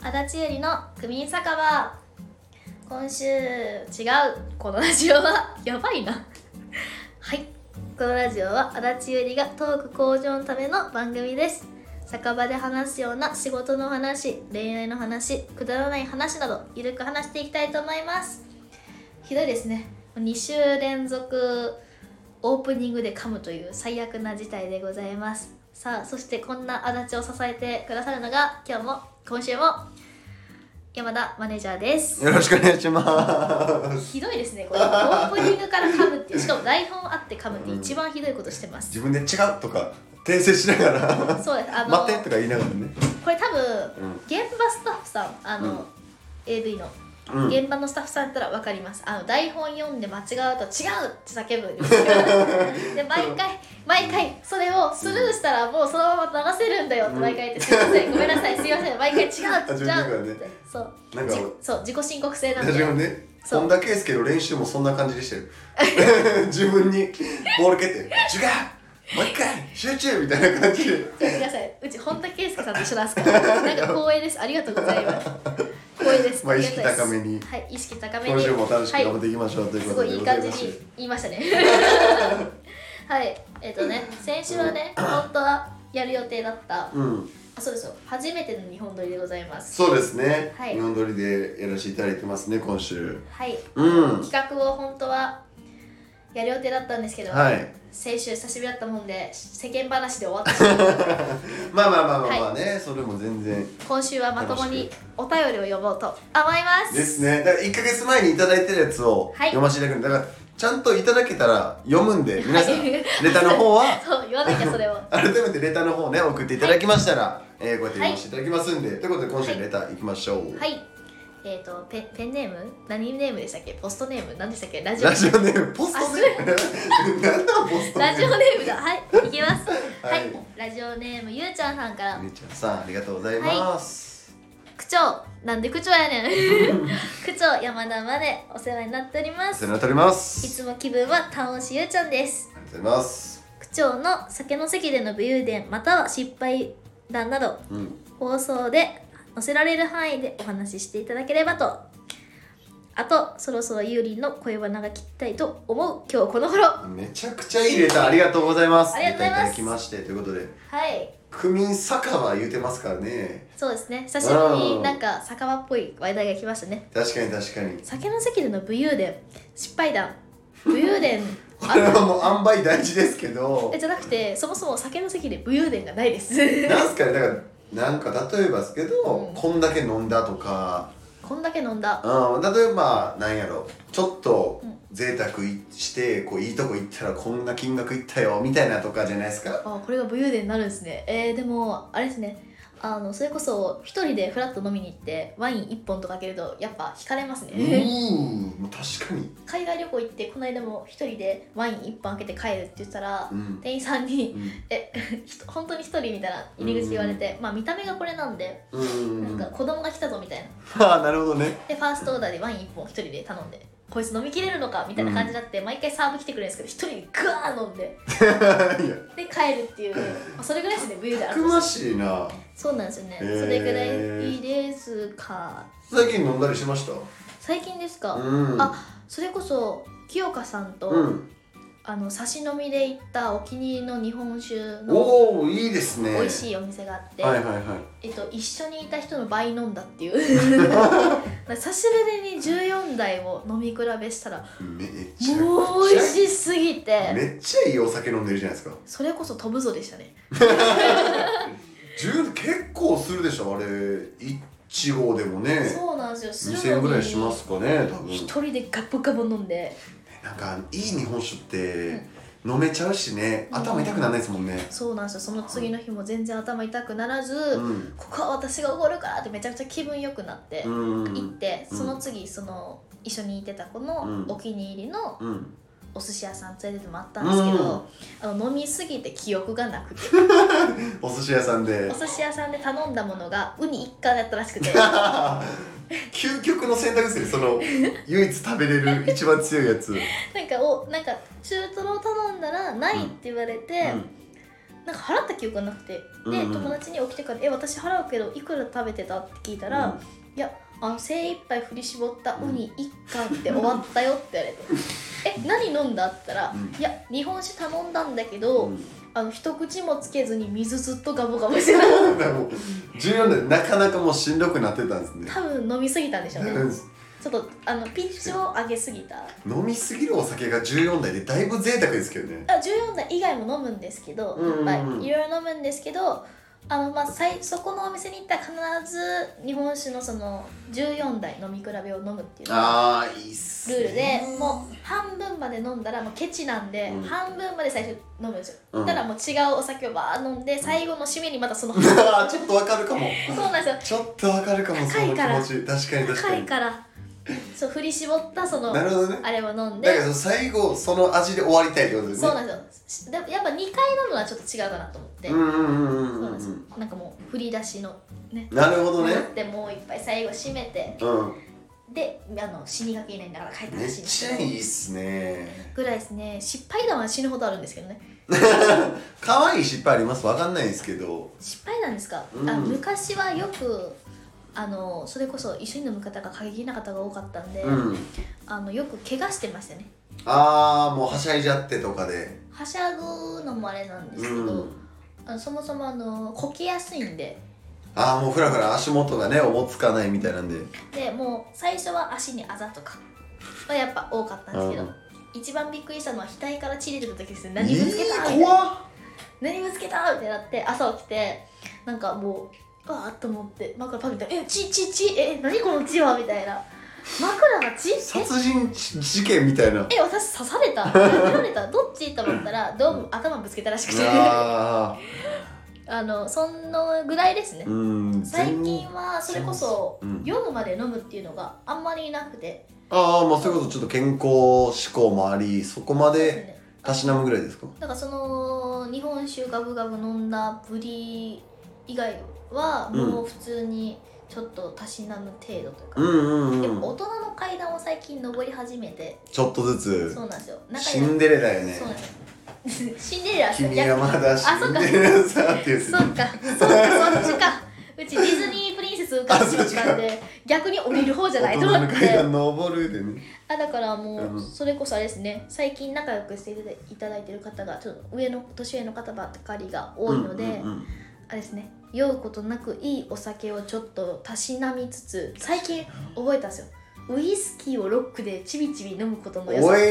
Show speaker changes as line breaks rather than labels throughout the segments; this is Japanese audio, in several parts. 足立ゆりの区民酒場今週違うこのラジオはやばいなはいこのラジオは足立ゆりがトーク向上のための番組です酒場で話すような仕事の話恋愛の話くだらない話などゆるく話していきたいと思いますひどいですね2週連続オープニングで噛むという最悪な事態でございますさあそしてこんな足立を支えてくださるのが今日も今週も山田マネージャーです
よろしくお願いします。
ひどいですねこれオープニングから噛むっていうしかも台本あって噛むって一番ひどいことして ます、
自分で違うとか訂正しながら
そうですあの
待ってとか言いながらね。
これ多分、
うん
現場スタッフさんあの、
うん
AV の
うん。
現場のスタッフさんだったら分かりますあの台本読んで間違うと「違う!」って叫ぶん ですよで毎回毎回それをスルーしたらもうそのまま流せるんだよって毎回言って「すいませんごめんなさいすいません毎回違う!」
あ
違
自分で言うから
う
ね
ってそう
なんか
じそう自己申告制なんで
自分ね。
そう
本田圭佑の練習もそんな感じ でしてる。自分にボール蹴って違う。もう一回集中みたいな感じで。
言ってくださいうち本田圭佑さんと一緒なんですからなんか光栄ですありがとうございます光栄です
まあ
りがたいです
意識高めに
はい意識高めに
今週も楽しく頑張っていきましょう、と
はい、
いう
すご
こと
い
で
いい
ござ
感じ
いまし
に
て。
言いましたね はいえっ、とね先週はね本当はやる予定だった
うん。
あそうですよ初めての日本撮りでございます
そうですね。
はい
日本撮りでやらせていただいてますね今週。
はい、
うん
企画を本当はやる予定だったんですけど、
はい。
先週久しぶりだったもんで世間話で終わってしまった
まあまあまあまあまあね、それも全然。
今週はまともにお便りを読もうと思います
ですねだから1か月前にいただいてるやつを
はい
読ませていただくんで、だからちゃんといただけたら読むんで皆さん、
はい
レターの方は
そう言わなきゃそれを
改めてレターの方ね送っていただきましたら、えーこうやって読ませていただきますんで、ということで今週のレターいきましょう、
はいえっ、とペンペンネーム何ネームでしたっけポストネーム何でしたっけラジオ
ラジオネームポストネーム なんだポストネ
ラジオ
ー
ネ
ム
ームだ。はい、いきます。は
はいい、
ラジオネームゆうちゃんさんから
み。ーちゃんさんありがとうございます、
区長、なんで区長やね ん。区長山田までお世話になっておりま
お世
す。
話になっておりま
い
す
つも気分はタウン市ゆうちゃんです。
ありがとうございます
区長の酒の席での武勇伝、または失敗談など、
うん
放送で載せられる範囲でお話ししていただければと。あと、そろそろゆうりんの恋バナが聞きたいと思う今日この頃。は
めちゃくちゃいいレターありがとうございます
ありがとうございます
レターいただきましてということで
い。
区民酒場言うてますからね
そうですね。久しぶり
う
に
ん
なんか酒場っぽい話題が来ましたね。
確かに確かに
酒の席での武勇伝失敗談武勇伝
あれ はもう塩梅大事ですけど
えじゃなくてそもそも酒の席で武勇伝がないです
なんすかねだからなんか例えばですけど、
うん
こんだけ飲んだとか、
こんだけ飲んだ
うん、例えばなんやろちょっと
うん
贅沢してこういいとこ行ったらこんな金額いったよみたいなとかじゃないですか
あこれが武勇伝になるんですねえー、でもあれですねあのそれこそ一人でフラッと飲みに行ってワイン1本とか開けるとやっぱ惹かれます
う
ね
ーんもう確かに、
海外旅行行ってこの間も一人でワイン1本開けて帰るって言ったら
うん
店員さんに
うん
「えひと本当に一人?」みたいな入り口で言われて、まあ見た目がこれなんで
う
なん
ん
か子供が来たぞみたいな
ああなるほどね
でファーストオーダーでワイン1本1人で頼んでこいつ飲みきれるのかみたいな感じになって、毎回サーブ来てくれるんですけど1人でグワー飲んで
いや
で帰る っていう、まあ、それぐらいですね武勇伝あ
た
る
くましいな
そうなんですよね、
へー
それぐらいいいですか
最近飲んだりしました
最近ですか、
うん
あそれこそ清香さんと、
うん
あの差し飲みで行ったお気に入りの日本酒の
おおいいですね
美味
い
しいお店があって、
はいはいはい
えっと、一緒にいた人の倍飲んだっていうだ から久しぶりに14台を飲み比べしたら
めっちゃくちゃ
もう美味しすぎて
めっちゃいいお酒飲んでるじゃないですか
それこそ飛ぶぞでしたね
10結構するでしょあれ1合でもね
そうなんですよす
2000
る
円ぐ
の
ら
に
いしますかね多分
一人でガボガボ飲んで
なんかいい日本酒って飲めちゃうしね頭痛くならないですもんね
そうなんですよその次の日も全然頭痛くならず、
うん
ここは私がおごるからってめちゃくちゃ気分良くなって、
うんう
行っ
ん
て
うん
その次その一緒にいてた子の
うん
お気に入りの
うん
お寿司屋さん連れてってもらったんですけど、あの飲みすぎて記憶がなくて
お寿司屋さんで
お寿司屋さんで頼んだものがウニ一貫だったらし くて
究極の選択ですねその唯一食べ れる一番強いやつ
なんかおなんか中トロを頼んだらないって言われて、
うん
なんか払った記憶がなくてで、
うんうん
友達に起きてから「え私払うけどいくら食べてた?」って聞いたら「
うん
いやあの精一杯振り絞ったウニ1貫で終わったよ」って言われて「 え何飲んだ?」って言ったら「
うん
いや日本酒頼んだんだけど、
うん
あの一口もつけずに水ずっとガブガブしてた
だからもう14年なかなかもうしんどくなってたんです ね
多分飲みすぎたんでしょうね
う
ちょっとあのピッチを上げすぎた
ん飲みすぎるお酒が14代でだいぶ贅沢ですけどね
あ14代以外も飲むんですけど、
うんうんうん
いっぱいいろいろ飲むんですけどあのまあ最そこのお店に行ったら必ず日本酒のその14代飲み比べを飲むっていうのが
ああいいっす
ル
ね
ールでもう半分まで飲んだらもうケチなんで、
うん
半分まで最初飲むんですよ、
うん
たらもう違うお酒をバー飲んで最後の締めにまたそのそう
あ ーちょっとわかるかも
なんですよ
ちょっとわかるかもそ
高
の
い
気
から
持ち確かに確
高
か
い
に
からそう振り絞ったその
なるほどね
あれを飲んで
だけど最後その味で終わりたいってことですね
そうなんですよでもやっぱ2回飲むのはちょっと違うかなと思って、
うんうんう
そうな
んう
ん
ん
で
う
すよ
ん
なんかもう振り出しのね
なるほどね
戻ってもういっぱい最後締めて
うん
であの死にかけいないんだから帰った
め
ら
っ
しいんです
ち
け
ゃ
ど
いいっすね
ぐらいですね失敗談は死ぬほどあるんですけどね
可愛い失敗ありますわかんないですけど
失敗談ですか、
うん
あ昔はよくあのそれこそ一緒に飲む方が過激な方が多かったんで、
うん
あのよく怪我してましたね
ああもうはしゃいじゃってとかで
はしゃぐのもあれなんですけど、
うん
あのそもそもあのこきやすいんで
ああもうふらふら足元がねおもつかないみたいなんで
でもう最初は足にあざとかはやっぱ多かったんですけど、一番びっくりしたのは額から血出てた時ですね何ぶつけたみたい
えー、
な
怖っ
何ぶつけたみたいになって朝起きてなんかもううわーっと思って枕パッと見たらえ血血血え何この血は」みたいな枕が血え
殺人事件み たいな
え私刺され た刺されたどっちと思ったらどうも頭ぶつけたらしくて あ
あ
のそのぐらいですね
ーうん
最
全
近はそれこそ
うん
夜まで飲むっていうのがあんまりなくて
ああまあそういうことちょっと健康志向もありそこま
そうです
で
ね
たしなむぐらいですか
だからその日本酒ガブガブ飲んだぶり以外は
うん
もう普通にちょっとたしなむ程度というか、
うんうん
でも
うん
大人の階段を最近登り始めて
ちょっとずつ
そうなんですよ
シ
に
ンデレラよね
そうなんですよ シンデレラ
君はまだ
あ
シ
そっ
ン
か
デレラさっていう
そっかそっかそっちかうちディズニープリンセス受かってしまったんで逆に降りる方じゃな
大
い
人
と思
の
っ
階
て
段登るでね
あだからも
う
うんそれこそあれですね最近仲良くしていただいてる方がちょっと上の年上の方ばっかりが多いので、
うんうんうん
あれですね酔うことなくいいお酒をちょっとたしなみつつ最近覚えたんですよウイスキーをロックでちびちび飲むことの良
お
さ
い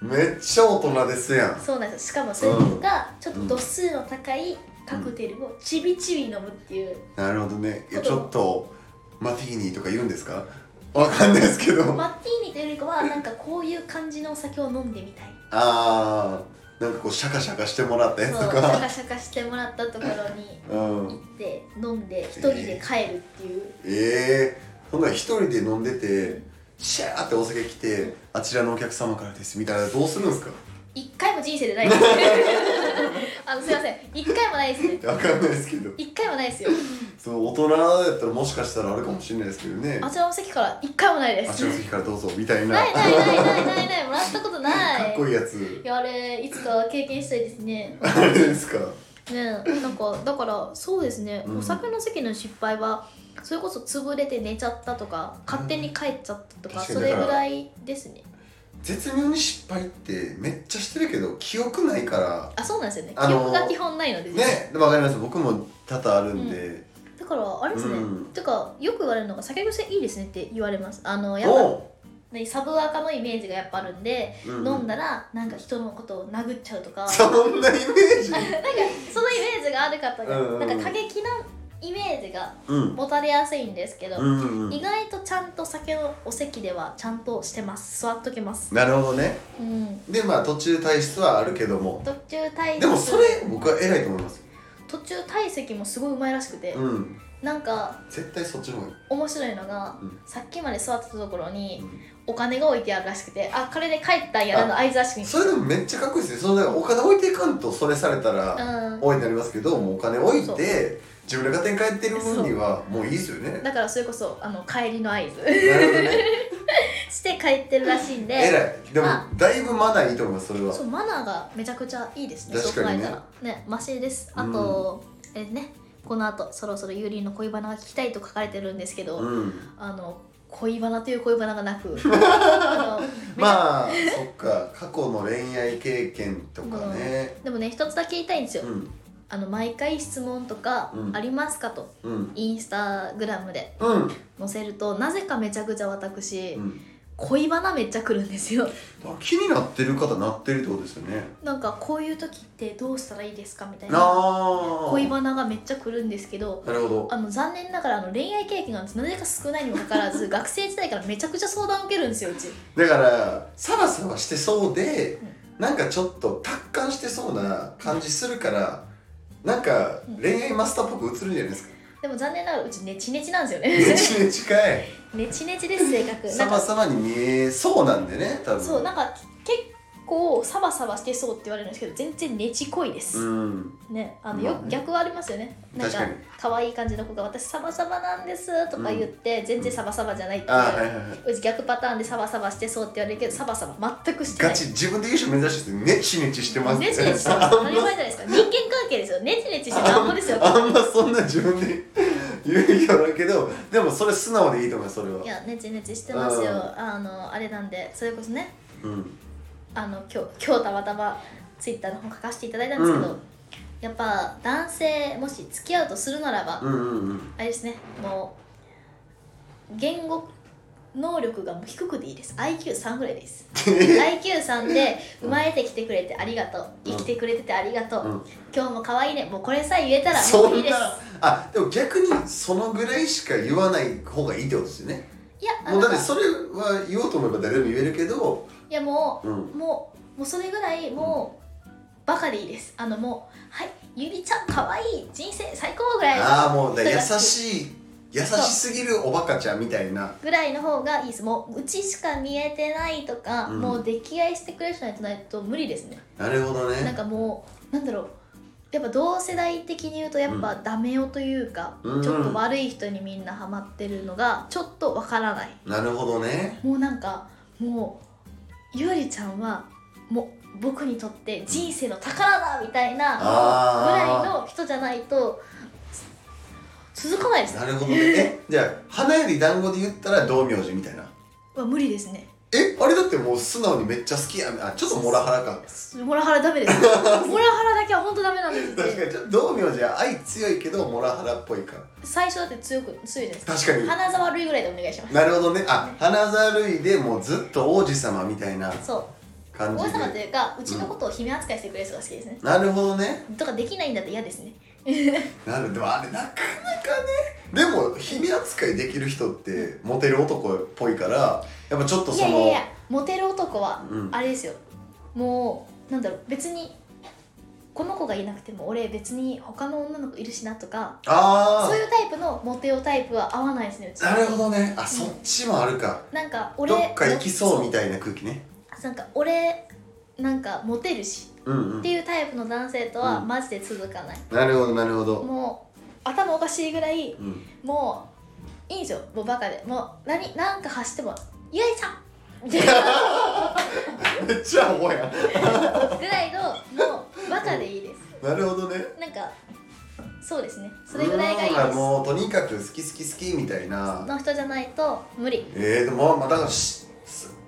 めっちゃ大人ですやん
そうなんですよしかもそれがちょっと度数の高いカクテルをちびちび飲むっていう、
なるほどねいや
ち
ち
ょ
ょ
っ
っとマティーニとか言うんですかわかんないですけど
マッティーニというよりかはなんかこういう感じのお酒を飲んでみたい
あーなんかこうシャカシャカしてもらったやつ
そ
と
うシャ
か
カシャカしてもらったところに
う
行
ん
って飲んで一人で帰るっていう、
ええー、そんなら一人で飲んでてシャーってお酒来てあちらのお客様からですみたいなどうするんですか
一回も人生で ないですあのすいません一回もないですね
わかんないですけど
一回もないですよ
その大人だったらもしかしたらあれかもしれないですけどね
あちらの席から一回もないで
あ
す
ちらの席からどうぞみたいな
ないないないないない ないもらったことない
かっこいいやつ
いやあれいつか経験したいですね
あれですか
ねえなんかだからそうですね、
うん
お酒の席の失敗はそれこそ潰れて寝ちゃったとか勝手に帰っちゃったとか、
確か
そ
に
れぐらいですね
絶妙に失敗ってめっちゃしてるけど記憶ないから
あそうなんですよね
あ
記
の
憶が基本ないので、
ねわかります僕も多々あるんで、
だからあれですね、
うん
てかよく言われるのが酒癖いいですねって言われますあのやっぱ
お
ねサブアカのイメージがやっぱあるんで、
う
飲んだらなんか人のことを殴っちゃうとか
そんなイメージ
なんかそのイメージがある方が、
うんうんうん
なんか過激なイメージが
うん
持たれやすいんですけど、
うんうんう
意
ん
外とちゃんと酒のお席ではちゃんとしてます座っとけます
なるほどね
うん
でまあ途中退出はあるけども
途中退
でもそれ僕は偉いと思います
途中退席もすごいうまいらしくて、
うん
なんか
絶対そっちの方がいい、
面白いのが、
うん
さっきまで座ってたところに
う
お金が置いてあるらしくてあこれで帰ったんやなの合図らしく
んそれでもめっちゃかっこいいですねそのだからお金置いていかんとそれされたら、
うん
おいになりますけどもうお金置い
そう
て自分で勝手に帰 ってる分にはもういいですよね
だからそれこそあの帰りの合図
なるほどね
して帰ってるらしいんで
えらいでも
ま
だいぶマナーいいと思いますそれは
そうマナーがめちゃくちゃいいですね
確かにね
そう考えたらねマシですあと、あれねこの後そろそろユーリンの恋バナが聞きたいと書かれてるんですけど、
うん
あの恋バナという恋バナがなくあの
まあそっか過去の恋愛経験とかね
でもね一つだけ言いたいんですよ、
うん
あの毎回質問とか
うん
ありますかと、
うん
インスタグラムで
うん
載せるとなぜかめちゃくちゃ私、
うん
恋バナめっちゃ来るんですよ
あ気になってる方なってるってことですよね
なんかこういう時ってどうしたらいいですかみたい
な
な
あ
恋バナがめっちゃ来るんですけど
なるほど
あの残念ながらあの恋愛経験がなぜか少ないにもかかわら ず学生時代からめちゃくちゃ相談を受けるんですようち
だからサバサバしてそうで、なんかちょっと達観してそうな感じするから、なんか恋愛マスターっぽく映るんじゃないですか
でも残念ながらうちネチネチなんですよ
ね
ね
ちねちかい
ネチネチです性格な
サ
ん
バ
か
サバに見えそうなんでね多分
そうなんか結構サバサバしてそうって言われるんですけど全然ネチ濃いです、
うん
ねあの
まあ
よく逆はありますよねなんか
確かに
可愛い感じの子が「私サバサバなんです」とか言って、全然サバサバじゃないってい
あはいは
う
いはいう
ち逆パターンでサバサバしてそうって言われるけどサバサバ全くしてない
ガチ自分で優勝目指してネチネチしてます
ネチネチしてます当たり前じゃないです か人間関係ですよネチネチしてなんぼですよ
あんまそんな自分で言うようだけどでもそれ素直でいいと思うそれはい
やネチネチしてますよ
う
あのあれなんでそれこそね
うん
あの今日今日たまたまツイッターの方書かせていただいたんですけど、
うん
やっぱ男性もし付き合うとするならば、
うんうんうん
あれですねもう言語能力がもう低くでいいです IQ3 ぐらいです IQ3 で生まれてきてくれてありがとう
うん
生きてくれててありがとう、
うん
今日も可愛いねもうこれさえ言えたら
そ
もういい
ん
です
なあでも逆にそのぐらいしか言わない方がいいってことですよね
いやあ
もうだって
なんか
それは言おうと思えば誰でも言えるけど
いやもう、
うん
もうもうそれぐらいもう、バカでいいですあのもうはいゆりちゃん可愛い人生最高ぐらいの
ああもうだから優
人が好き
しい優しすぎるおバカちゃんみたいな
ぐらいの方がいいですもううちしか見えてないとか、
うん
もう溺愛してくれる人じゃないと無理ですね
なるほど
なん
ね
かもうなんだろうやっぱ同世代的に言うとやっぱダメよというか、
うん
ちょっと悪い人にみんなハマってるのがちょっとわからない
なるほどね
もうなんかもうゆりちゃんはもう僕にとって人生の宝だみたいなぐ
あー
らいの人じゃないとつ続かないですね
なるほど ねえじゃあ花より団子で言ったら道明寺みたいな
は無理ですね
えあれだってもう素直にめっちゃ好きやあちょっとモラハ ラか
モラハラダメ ですモラハラだけは本当ダメなんです
確か
って
にちょっと道明寺は愛強いけどモラハラっぽいか
最初だって強く強いじゃないですか
確かに
花沢類ぐらいでお願いします
なるほどねあ花沢類でもうずっと王子様みたいな
そう
感
王
じ
様と
で
いうかうちのことを姫扱いしてくれる人が好きですね、
なるほどね
とかできないんだって嫌ですね
なるでもあれなかなかねでも姫扱いできる人ってモテる男っぽいからやっぱちょっと
い
そ
やいやい
の
やモテる男は
うん
あれですよ、もうなんだろう別にこの子がいなくても俺別に他の女の子いるしなとか
あ
そういうタイプのモテ男タイプは合わないですねうち
あなるほどねあそっちもあるか
なんか俺
どっか行きそうみたいな空気ね
なんか俺なんかモテるし
うんう
っ
ん
ていうタイプの男性とは
うん
マジで続かない、
なるほどなるほど
もう頭おかしいぐらい
うん
もういいんですよもうバカでもう何なんか走っても「よいしょ!」みたいな
めっちゃアホや
ぐらいのもうバカでいいです
なるほどね
なんかそうですねそれぐらいがいいで
うん
す
もうとにかく好き好き好きみたいな
の人じゃないと無理
えー、でもまあだからし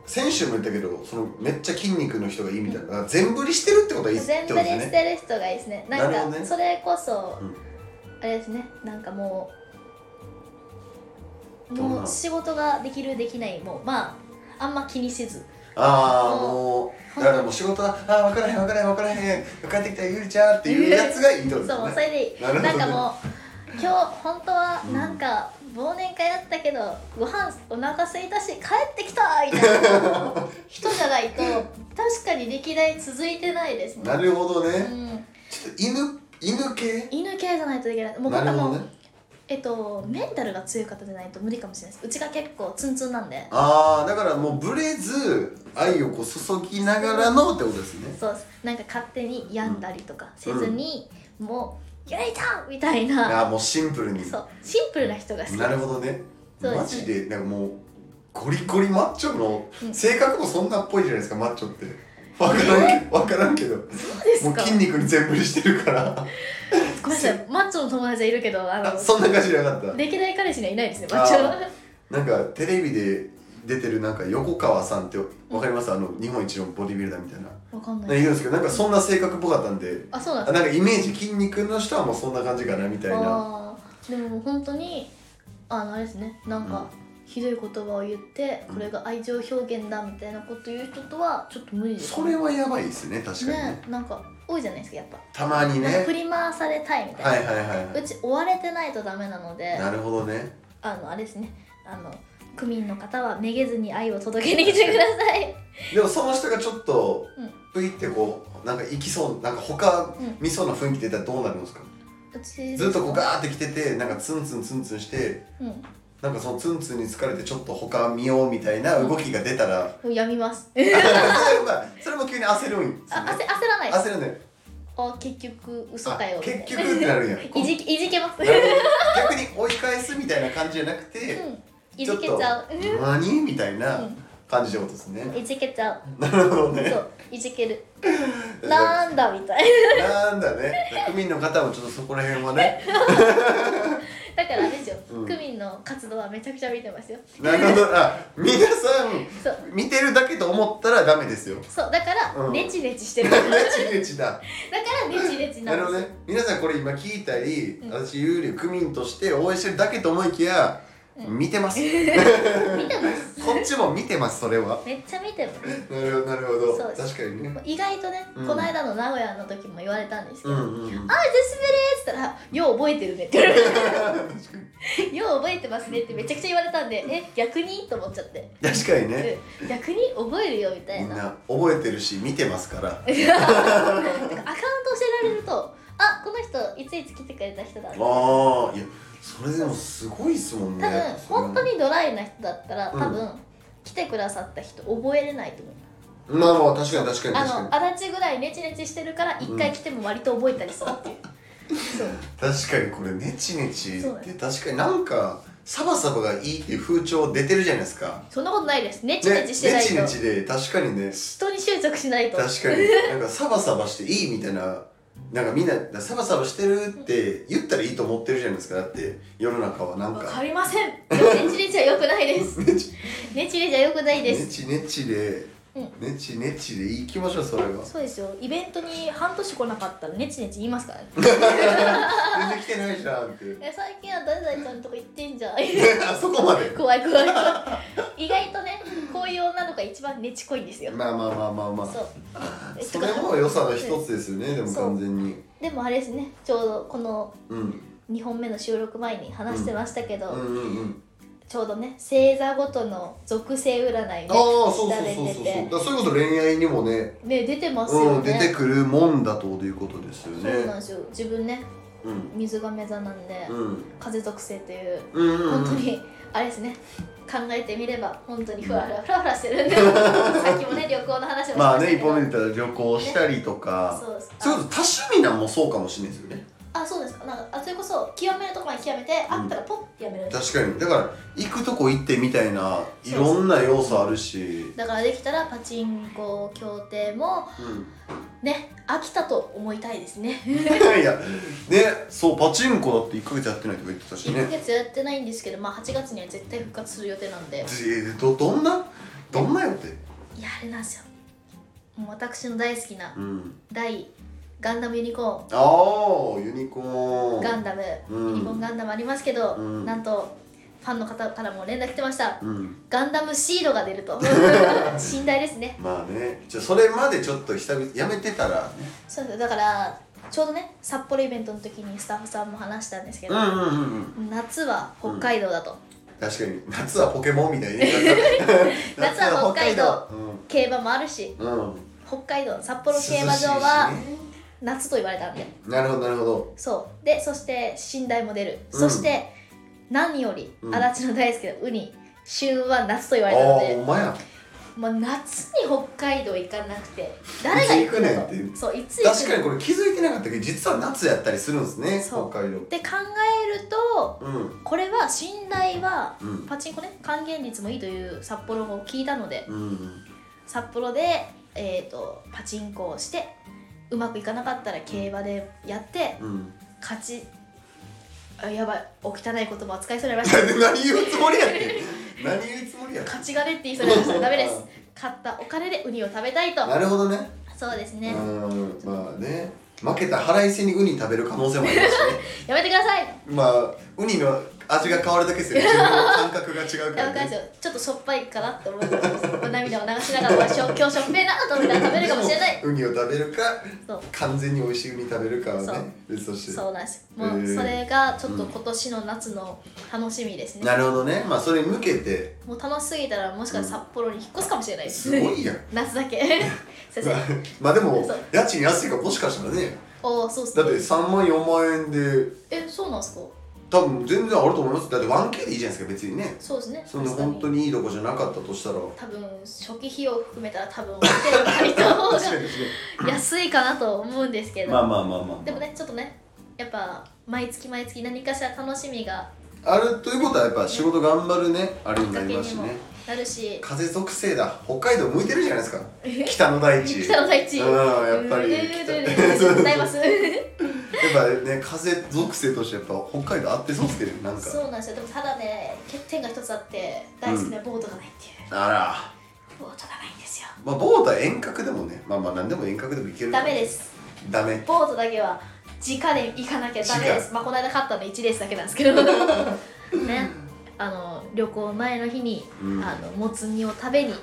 先週も言ったけどそのめっちゃ筋肉の人がいいみたいなだから全振りしてるってことはいいって
全
こ
部で
とです
し
ね
てる人がいいですねな
なるほ
ん
ど
か
ね
それこそ
うん
あれですねなんかもう
どんな
もう仕事ができるできないもうまああんま気にせず
ああ
もう
もうだからもう仕事は「ああ分からへん分からへん分からへん帰ってきたゆりちゃん」っていうやつがいいって
そ
こ
う
とです
そ
ね
れでいいな
なるほどね
んかもう今日本当はなんか忘年会だったけどご飯お腹空いたし帰ってきたみたいな人じゃないと確かに歴代続いてないですね
なるほど
う
ね
ん
ちょっと犬犬系
犬系じゃないといけないもう
な
なんか
るほ
もう、
どね
えっとメンタルが強い方じゃないと無理かもしれないですうちが結構ツンツンなんで
ああだからもうブレず愛をこう注ぎながらのってことですね
そうですなんか勝手に病んだりとかせずに、もう「やりた!」みたいな
ああもうシンプルに
そうシンプルな人が好き
なるほどね
そうです
マジでなんかもうゴリゴリマッチョの、
うん
性格もそんなっぽいじゃないですかマッチ ョってわからんけどわからんけど
そうです
もう
か
筋肉に全振りしてるから
ごめんなさいマッチョの友達はいるけどあ
あ
の
そんな感じじゃなかった
歴代彼氏にはいないですねマッチョは
なんかテレビで出てるなんか横川さんってわかりますあの日本一のボディビルダーみたいな、
わかん
なん
な
か
い
いるんですけどなんかそんな性格っぽかったんで
あそうなん
あ
で
なんかイメージ筋肉の人はもうそんな感じかなみた
す
い
か
な
あーでももう本当にあのあれですねなんか、ひどい言葉を言ってこれが愛情表現だみたいなこと言う人とはちょっと無理です
それはやばいですね確かにね
ねなんか多いじゃないですかやっぱ、
たまに
な
ねは
ん
い
か振り回されたいみたいな、
はいは
うち追われてないとダメなので
いなるほどね
あのあれですねあの区民の方はめげずに愛を届けに来てください
でもその人がちょっと
うん
プイってこうなんか行きそうなんか他
うん
見そうな雰囲気出たらどうなるんですか、
うち
ずっとこうガーって来ててなんかツンツンツンツンして
うんも
なんかそのツンツンに疲れてちょっと他見ようみたいな動きが出たら、
うやみます
まあそれも急に焦るんです
あ
よ
焦
ね
焦らないです
焦るね
あ結局嘘かよ
あ
みたいな
結局ってなるんや
いじいじけます、
なる
う
ほど逆に追い返すみたいな感じじゃなくて、
ん、いじけちゃう
ちょっと何みたいな感じってことですね、
いじけちゃう
なるほどね
そういじ けるなんだみたい
なんだね区民の方もちょっとそこら辺はね
なだからあれですよ、
うん
区民の活動はめちゃくちゃ見てますよ
なるほど あ皆さ
そうん
見てるだけと思ったらダメ ですよ
そうだから
うん
ネチネチして
ネ
るだか
チネチだ
らネチネチな
なんる
です
ほ
よ
どね皆さんこれ今聞いたり、
うん
私有利区民として応援してるだけと思いきや、
うん
見てます
見てます
こっちも見てますそれ は
めっちゃ見てます
なるほどなるほ
そう
ど
です
確かにね
意外とね、
うん
この間の名古屋の時も言われたんですけ
う
ど「
んうん
あ
うん
久しぶり!」っつったら「よう覚えてるね」って言われて「よう覚えてますね」ってめちゃくちゃ言われたんで「え逆に?」と思っちゃって
確かにね
「うん逆に覚えるよ」みた
み
い
ん
な
な覚えてるし見てますから
なんかアカウント教えられると「あこの人いついつ来てくれた人だ」
ああいやそれでもすごいですもんね
多分本当にドライな人だったら
うん
多分、来てくださった人覚えれないと思う
まあまあ確かに確かに
あ
確かに
の足立ぐらいネチネチしてるから一回来ても割と覚えたりするっていう、そう
確かにこれネチネチっ
そうだ
て確かになんかサバサバがいいっていう風潮出てるじゃないですか
そんなことないですネ
ね
チネチしてないと、
ネチネチで確かにね
人に執着しないと
確かになんかサバサバしていいみたいななんかみんなサバサバしてるって言ったらいいと思ってるじゃないですかだって世の中はなん
わ
か
かりませんネチネチは良くないです
ネチ
ネチネチは良くないで
ネ
す
チネチで
うん
ネチネチでいきましょうそれは
そうですよイベントに半年来なかったらネチネチ言いますからね
全然来てないじゃんって
え最近は誰々ちゃんとか言ってんじゃん
あそこまで
怖い怖い怖い意外とねこういう女の子が一番ネチこいんですよ、
まあまあまあまあま
そう
あ それも良さの一つですよねでも
そう
完全に
でもあれですねちょうどこの
うん
2本目の収録前に話してましたけど、
うんうんうん
ちょうどね星座ごとの属性占い
ああ
ね
そうそうそうそうそう
調べてて
だからそれこそ恋愛にもね
ね出てます
う
よ
ん、出
ね,、
てくるもんだということですよね
そうなんですよ自分ね
うん
水亀座なんで、
うん
風属性という
うんうんうん
本当にあれですね考えてみれば本当にふわふわふらふらしてるんで さっきもね旅行の話もしましたけど
まあね一本目で言ったら旅行したりとか、
そうです
それこそ多趣味なんもそうかもしれないですよね
あそうですかなんかあそれこそ極めるとこまで極めてあったらポッてやめる、
確かにだから行くとこ行ってみたいな
そう
いろんな要素あるし
だからできたらパチンコ協定もね飽きたと思いたいですね
うん いやねそうパチンコだって1ヶ月やってないとか言ってたしね
1ヶ月やってないんですけど、まあ、8月には絶対復活する予定なんで
えどどんなどんなよって
いやあれなんですよもう私の大好きな
うん
大ガンダムユニコーン
ああユニコーン
ガンダム、
うん
ユニコーンガンダムありますけど、
うん
なんとファンの方からも連絡来てました
うん
ガンダムシードが出る と 信頼ですね
まあねじゃあそれまでちょっと久々やめてたらね
そうですだからちょうどね札幌イベントの時にスタッフさんも話したんですけ
う
ど、
んうんうんうん
夏は北海道だと、
確かに夏はポケモ ンみたいな言い方
夏は北海道
うん
競馬もあるし
うん、
北海道札幌競馬場は
涼しいしね
夏と言われたんで
なるほどなるほど
そうでそして寝台も出る、
うん
そして何より、
うん
足立の大好きなウニ旬は夏と言われたの
ああ
で
お前や
もう夏に北海道行かなくて誰が行くの
いつ行くねんっていう
そういつ行くの
確かにこれ気づいてなかったけど実は夏やったりするんですね
そう
北海道
で考えると
うん
これは信頼は
うん
パチンコね還元率もいいという札幌を聞いたので
うん
札幌で、えー、とパチンコをしてうまくいかなかったら競馬でやって
うん
勝ちあやばいお汚い言葉扱いそうになりま した
何言うつもりやねん何言うつもりやね
勝ち金って言いそうになりましたダメです買ったお金でウニを食べたいと
んなるほどね
そうですね
うんまあね負けた腹いせにウニ食べる可能性もありますしね
やめてください
まあウニの味が変わるだけで すよね自分の感覚が違うか
やば
ら
くないです
ね
よちょっとしょっぱいかなって思ってます涙を流しながら私今日しょっぱいなと思ったら食べるかもしれない
でもウニを食べるか
そう
完全に美味しいウニ食べるかは
そう
ね別として
そうなんですも
へ
う
ー
それがちょっと今年の夏の楽しみですね、
なるほどねまあそれに向けて
もう楽しすぎたらもしかしたら札幌に引っ越すかもしれないです
すごいやん
夏だけ 先生
まあ まあでも
そう
家賃安いからもしかしたらね
おおそうっす
だって
ね
3万4万円で
えそうなんすか
多分全然あると思いますだって 1K でいいじゃないですか別にね
そうですね
そんな
確かに
本当にいいとこじゃなかったとしたら
多分初期費用含めたら多分お店を借りた方
確か
が
に確か
安いかなと思うんですけ
に
ど、
まあまあまあまあ
でもねちょっとねやっぱ毎月毎月何かしら楽しみが
あるということはやっぱ仕事頑張るねあれになりますし
きっかけに
ね
もなるし
風属性だ北海道向いてるじゃないですか
え
北の大地
北の大地
うんやっぱり
うる
北
るる
そう
る
そう
歌います
やっぱね風属性としてやっぱ北海道合ってそうですけどねなん
そう
か
なんですよでもただね欠点が一つあって大好きなボートがないっていう、
あら
ボートがないんですよ
まあボートは遠隔でもねまあまあ何でも遠隔でもいける
ダメですす
ダメ
ボートだけは直で行かなきゃダメですまあこの間買ったの1レースだけなんですけどねあの旅行前の日に、
うん
あのもつ煮を食べに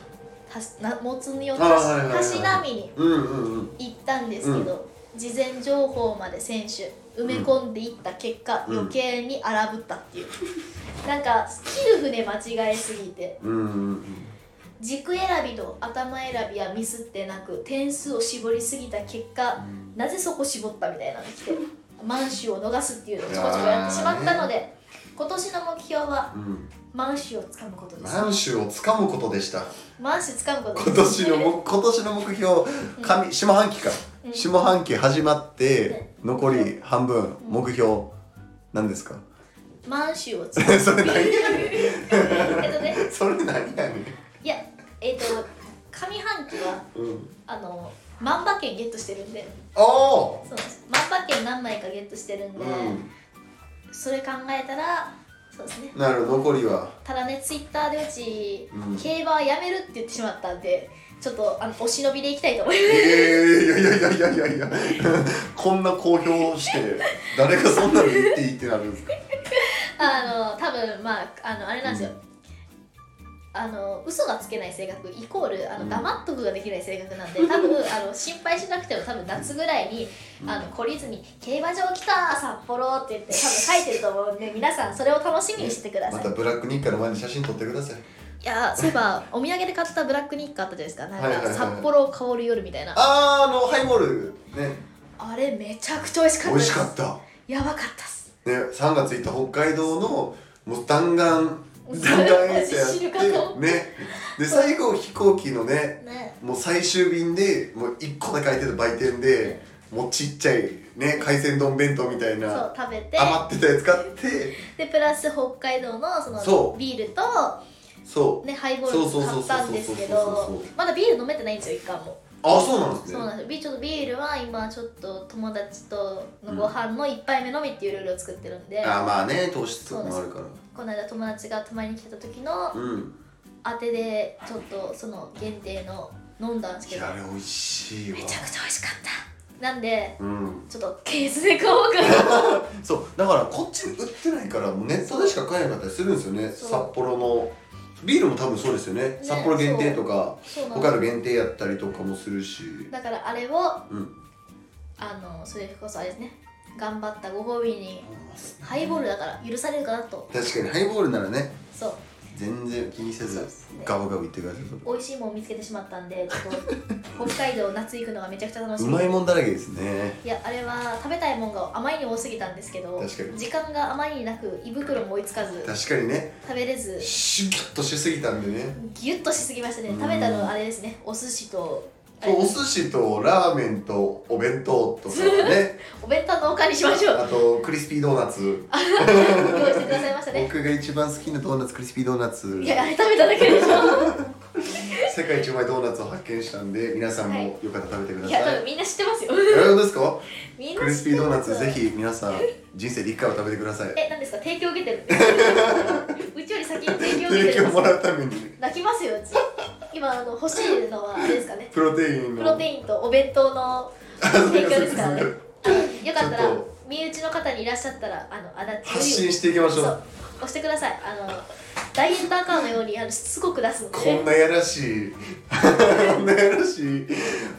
たしなもつ煮を
あ
たし,、
はいはいはいはい
たしなみに
うんうんうん
行ったんですけど、事前情報まで選手埋め込んでいった結果、
うん
余計に荒ぶった っていうなんか切る船間違えすぎて
うんうんうん
軸選びと頭選びはミスってなく点数を絞りすぎた結果、なぜそこ絞ったみたいなの来て満州を逃すっていうのをちょこちょこやってしまったので、今年の目標は
うん
満州をつかむことです
満州をつかむことでした
満州つかむこと
今
です
年のも今年の目標上下半期か、
うん
下半期始まって
ね
残り半分
うん
目標なんですか
満州をつ
そ
かむ
れ何やね
えっとね
ん それ何やねん
いやえっ、と上半期は
うん
あの万馬券ゲットしてるんで
おー
そう万馬券何枚かゲットしてるんで、
う
それ考えたらそうですね
んなるほど残りは
ただねツイッターでうち、
うん
競馬はやめるって言ってしまったんでちょっとあのお忍びでいきたいと思い
え
ま
ー、いやいやいやいやいやいやこんな公表して誰がそんなの言っていいってなるんですか
すあの多分まああのあれなんですよ、
うん
あの嘘がつけない性格イコールあ
う
の
ん
黙っとくができない性格 なんで多分あの心配しなくても多分夏ぐらいにあの懲りずに「競馬場来た札幌」って言って多分書いてると思うんで皆さんそれを楽しみにしてくだ
ま
さい
たブラック日課の前に写真撮ってください
いやそういえばお土産で買ったブラックニッカあったじゃないですかなん
はいはい
か
はい
札幌香る夜みたいな
あーあのハイボールね
あれめちゃくちゃ美味しかったで
美味
す
しかった
やばかったっす
ね、3月行った北海道のもう弾丸弾丸遠征や
知るか
っ
と
てねで最後飛行機のね
ね
もう最終便でもう1個だけ空いてる売店でもうちっちゃいね海鮮丼弁当みたい
そ
な
う食べて
余ってたやつ買って
でプラス北海道のその
そう
ビールと、
そう
ね、ハイボールを買ったんですけ
そうそうそうそうそう
ど
そう
まだビール飲めてないんですよ一貫も、
あそうなんです
そう
ね
なんですよビちょっとビールは今ちょっと友達とのご飯の一杯目のみっていうルールを作ってるんで、
あまあね糖質とかもあるから
この間友達が泊まりに来てた時の
うん
当てでちょっとその限定の飲んだんです
い
けど
やあれ美味しいわ
めちゃくちゃ美味しかったなんで
うん
ちょっとケースで買おう かな
そうだからこっちに売ってないからもうネットでしか買えなかったりするんですよね
そう
札幌のビールも多分そうですよね札幌限定とか
そうなん
北
で
海
す
道限定やったりとかもするし
だからあれを
うん
あのそれこそあれですね頑張ったご褒美にハイボールだから許されるかなと
確かにハイボールならね
そう
全然気にせ
そう
ず
ですね
ガブガブいってくださいそれ
美味しいもん見つけてしまったんでちょっと北海道夏行くのがめちゃくちゃ楽し
う
み
まいもんだらけですね
いやあれは食べたいもんがあまりに多すぎたんですけど
確かに
時間があまりになく胃袋も追いつかず
確かにね
食べれず
シュッとしすぎたんでね
ギュッとしすぎましたね
うん
食べたのはあれですねお寿司とあれ
お寿司とラーメンとお弁当とかね
お弁当のおかわりしまし ょう
あとクリスピードーナツ
用意してくださいましたね
僕が一番好きなドーナツクリスピードーナツ
いやあれ食べただけでしょ
世界一うまいドーナツを発見したんで皆さんもよかったら食べてくだ
い
さ
や
い、
多分みんな知ってますよ
えどうですか
みん
ク
な知
リ
っ
スピ
て
ードーナ
ます
ツぜひ皆さん人生で1回は食べてください
え何ですか提供受けてる うちより先に提供受け
提
てる
供もらうために
泣きますようち今あの欲しいのはあれですかね
プロテイン
プ
の
ロテインとお弁当の提供ですからね
そう
よかった
ちょ
ら
っと
身内の方にいらっしゃったらあのあだ
発信していきましょう
そう押してくださいあのダイエットアカウントのようにあのしつこく出すので
こんなやらしいこんなやらしい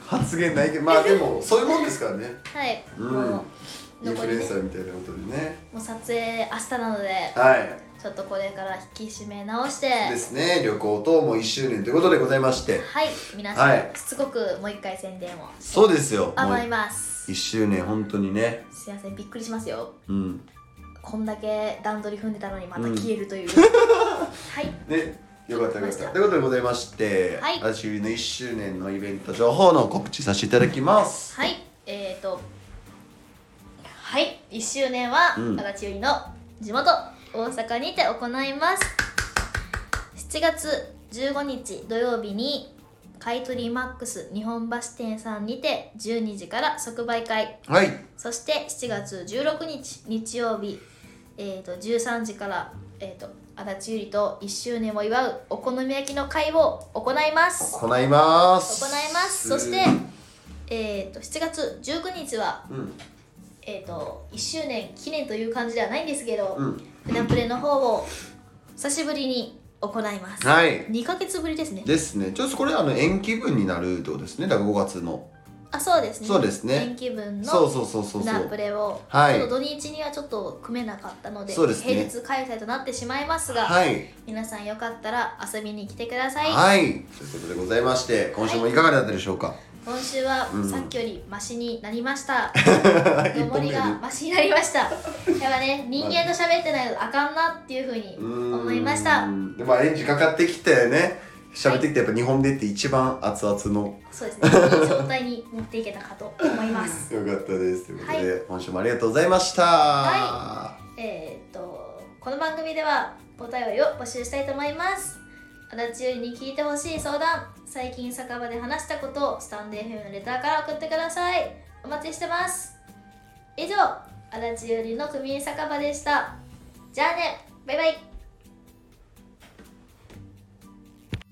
発言ないけどまあでもそういうもんですからね
はい、
うん
もう
イン
残
フ
り
ルエ
ね
ンサーみたいなことでね
もう撮影明日なので
はい
ちょっとこれから引き締め直して
ですね旅行等も1周年ということでございまして
はい皆さん、
はい
しつこくもう一回宣伝を
そうですよもう
思います
1周年本当にね
すいませんびっくりしますよ
うん
こんだけ段取り踏んでたのにまた
うん
消えると いう、はい
でよかったよかったということでございまして、
はい
私の1周年のイベント情報の告知させていただきます
はいえー、とはい1周年は
うん
足立由里の地元大阪にて行います7月15日土曜日に買取マックス日本橋店さんにて12時から即売会
はい
そして7月16日日曜日、えー、と13時から、えー、と足立由里と1周年を祝うお好み焼きの会を行います
行います
行いますそして、えー、と7月19日は、
うん
えー、と1周年記念という感じではないんですけど、
うん
フナプレの方を久しぶりに行います、
はい
2ヶ月ぶりですね
ですねちょっとこれあの延期分になるってことですねだから5月の
あそうですね
そうですね
天気分
そう
の
そうそうそう
フ
そ
ナプ
う
レを
はい
ちょっと土日にはちょっと組めなかったので
そうですね
平日開催となってしまいますが、
はい
皆さんよかったら遊びに来てください、
はいということでございまして今週もいかがだったでしょうか
今週は
うん
さっきよりマシになりました、
一
のぼ
本目
り
で
がマシになりましたやっぱ ね人間と喋ってないとあかんなっていうふうに思いました
でまあエンジンかかってきてね喋ってきてやっぱ日本でって一番熱々の
そうですねいい状態に持っていけたかと思います
よかったですということで、今週もありがとうございましたは
えーっとこの番組ではお便りを募集したいと思います足立ゆりに聞いてほしい相談最近酒場で話したことをスタンド FM のレターから送ってくださいお待ちしてます以上足立ゆりの組員酒場でしたじゃあねバイバイ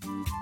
い